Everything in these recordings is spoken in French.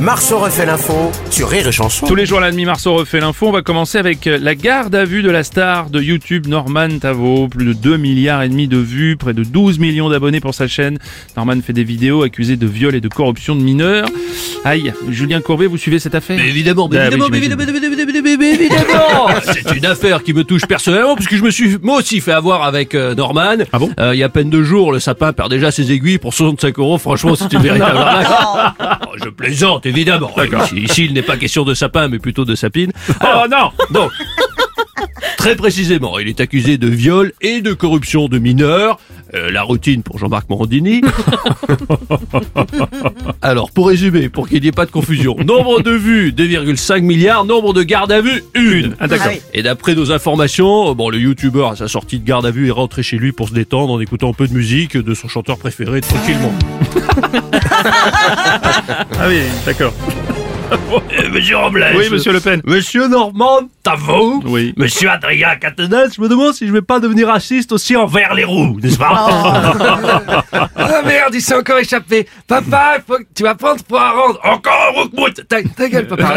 Marceau refait l'info sur Rire et Chanson. Tous les jours à la demi-mars, on refait l'info. On va commencer avec euh, la garde à vue de la star de YouTube, Norman Tavo. Plus de 2 milliards et demi de vues, près de 12 millions d'abonnés pour sa chaîne. Norman fait des vidéos accusées de viol et de corruption de mineurs. Aïe, Julien Courbet, vous suivez cette affaire Mais évidemment, mais Ah évidemment, oui, mais j'imagine. évidemment, mais évidemment, mais évidemment, mais évidemment. C'est une affaire qui me touche personnellement parce que je me suis moi aussi fait avoir avec euh, Norman. Ah bon Euh, Il y a à peine deux jours, le sapin perd déjà ses aiguilles pour 65 euros. Franchement, c'est une véritable arnaque. Oh, Je plaisante, évidemment. Ici, ici, il n'est pas question de sapin, mais plutôt de sapine. Oh non Donc, très précisément, il est accusé de viol et de corruption de mineurs. Euh, la routine pour Jean-Marc Morandini. Alors, pour résumer, pour qu'il n'y ait pas de confusion, nombre de vues 2,5 milliards, nombre de gardes à vue une. Ah d'accord. Ah oui. Et d'après nos informations, euh, bon, le youtubeur à sa sortie de garde à vue est rentré chez lui pour se détendre en écoutant un peu de musique de son chanteur préféré tranquillement. Ah oui, d'accord. Euh, monsieur Robles. Oui, monsieur Le Pen. Monsieur Normand Tavo Oui. Monsieur Adrien Catenas, je me demande si je vais pas devenir raciste aussi envers les roues, n'est-ce pas Ah merde, il s'est encore échappé. Papa, faut que tu vas prendre pour un rendre. Encore un rookmout. Ta, ta gueule, papa.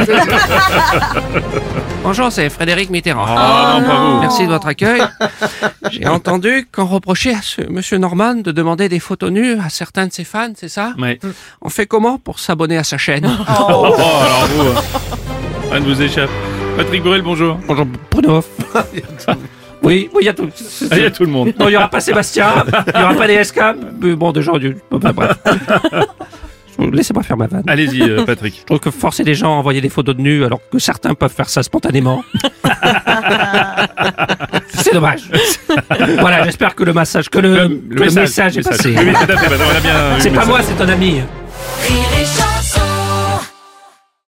Bonjour, c'est Frédéric Mitterrand. Ah non, pas vous. Merci de votre accueil. J'ai entendu qu'on reprochait à ce monsieur Norman de demander des photos nues à certains de ses fans, c'est ça Ouais. On fait comment pour s'abonner à sa chaîne Oh, alors vous, euh, rien ne vous échappe. Patrick Borel, bonjour. Bonjour, Bruno. Oui, oui, il y a tout. Allez à tout le monde. Non, il n'y aura Ah, pas Sébastien, il n'y aura pas des SK, mais bon, des gens du... Enfin, bref. Laissez-moi faire ma vanne. Allez-y, euh, Patrick. Je trouve que forcer les gens à envoyer des photos de nus alors que certains peuvent faire ça spontanément. C'est dommage. voilà, j'espère que le massage, que le, que le message, est passé. Oui, oui, tout à fait. Bah, non, on a bien eu C'est le pas message. moi, c'est ton ami.